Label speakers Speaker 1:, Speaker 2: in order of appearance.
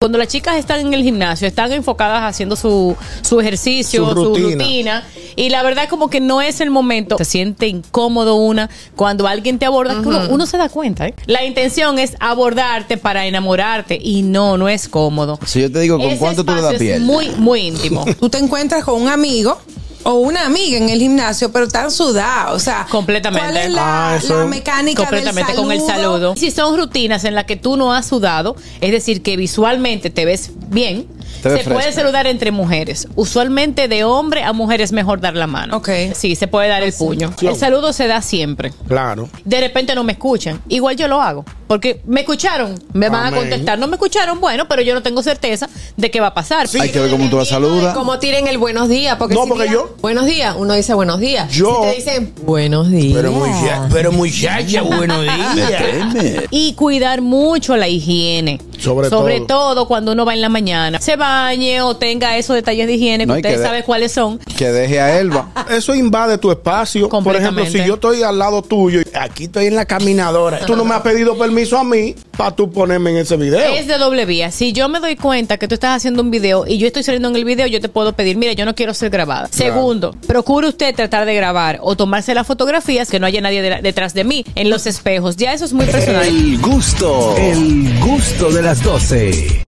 Speaker 1: cuando las chicas están en el gimnasio, están enfocadas haciendo su, su ejercicio,
Speaker 2: Su
Speaker 1: su
Speaker 2: rutina.
Speaker 1: rutina. y la verdad como que no es el momento. Se siente incómodo una cuando alguien te aborda, que uno, uno se da cuenta. ¿eh? La intención es abordarte para enamorarte y no, no es cómodo.
Speaker 3: Si yo te digo con
Speaker 1: Ese
Speaker 3: cuánto tú le das
Speaker 1: espacio
Speaker 3: piel.
Speaker 1: Es muy, muy íntimo.
Speaker 4: Tú te encuentras con un amigo o una amiga en el gimnasio, pero están sudados. O sea,
Speaker 1: Completamente.
Speaker 4: ¿cuál es la,
Speaker 2: Ah, eso-
Speaker 4: la mecánica
Speaker 1: completamente
Speaker 4: del
Speaker 1: con el saludo. Si son rutinas en las que tú no has sudado, es decir, que visualmente te ves bien,
Speaker 3: Te ves
Speaker 1: se puede
Speaker 3: fresca.
Speaker 1: saludar entre mujeres. Usualmente de hombre a mujer es mejor dar la mano.
Speaker 4: Ok.
Speaker 1: Sí, se puede dar el puño. El saludo se da siempre.
Speaker 2: Claro.
Speaker 1: De repente no me escuchan. Igual yo lo hago. Porque me escucharon, me van
Speaker 2: Amén.
Speaker 1: a contestar. No me escucharon, bueno, pero yo no tengo certeza de qué va a pasar.
Speaker 3: Hay que ver cómo tú la saludas.
Speaker 5: Como tiren el buenos días. Porque
Speaker 2: No,
Speaker 5: si
Speaker 2: porque
Speaker 5: tiran
Speaker 2: yo-
Speaker 5: Buenos días, uno dice buenos días.
Speaker 2: Yo-
Speaker 3: Oh.
Speaker 5: Si te dicen buenos días.
Speaker 6: Pero, mucha- pero muchacha, buenos días.
Speaker 3: Depende.
Speaker 1: y cuidar mucho la higiene.
Speaker 2: Sobre todo.
Speaker 1: todo. cuando uno va en la mañana. Se bañe o tenga esos detalles de higiene
Speaker 3: No,
Speaker 1: que
Speaker 3: y que
Speaker 1: ustedes
Speaker 3: de-
Speaker 1: saben cuáles son.
Speaker 3: Que deje a Elba.
Speaker 2: Eso invade tu espacio. Por ejemplo,
Speaker 1: Completamente.
Speaker 2: si yo estoy al lado tuyo, aquí estoy en la caminadora, tú no me has pedido permiso a mí para tú ponerme en ese video.
Speaker 1: Es de doble vía. Si yo me doy cuenta que tú estás haciendo un video y yo estoy saliendo en el video, yo te puedo pedir, mira, yo no quiero ser grabada. Segundo, procure usted tratar de grabar o tomarse las fotografías que no haya nadie de- detrás de mí en los espejos. Ya eso es muy personal.
Speaker 6: El gusto. El gusto de las 12.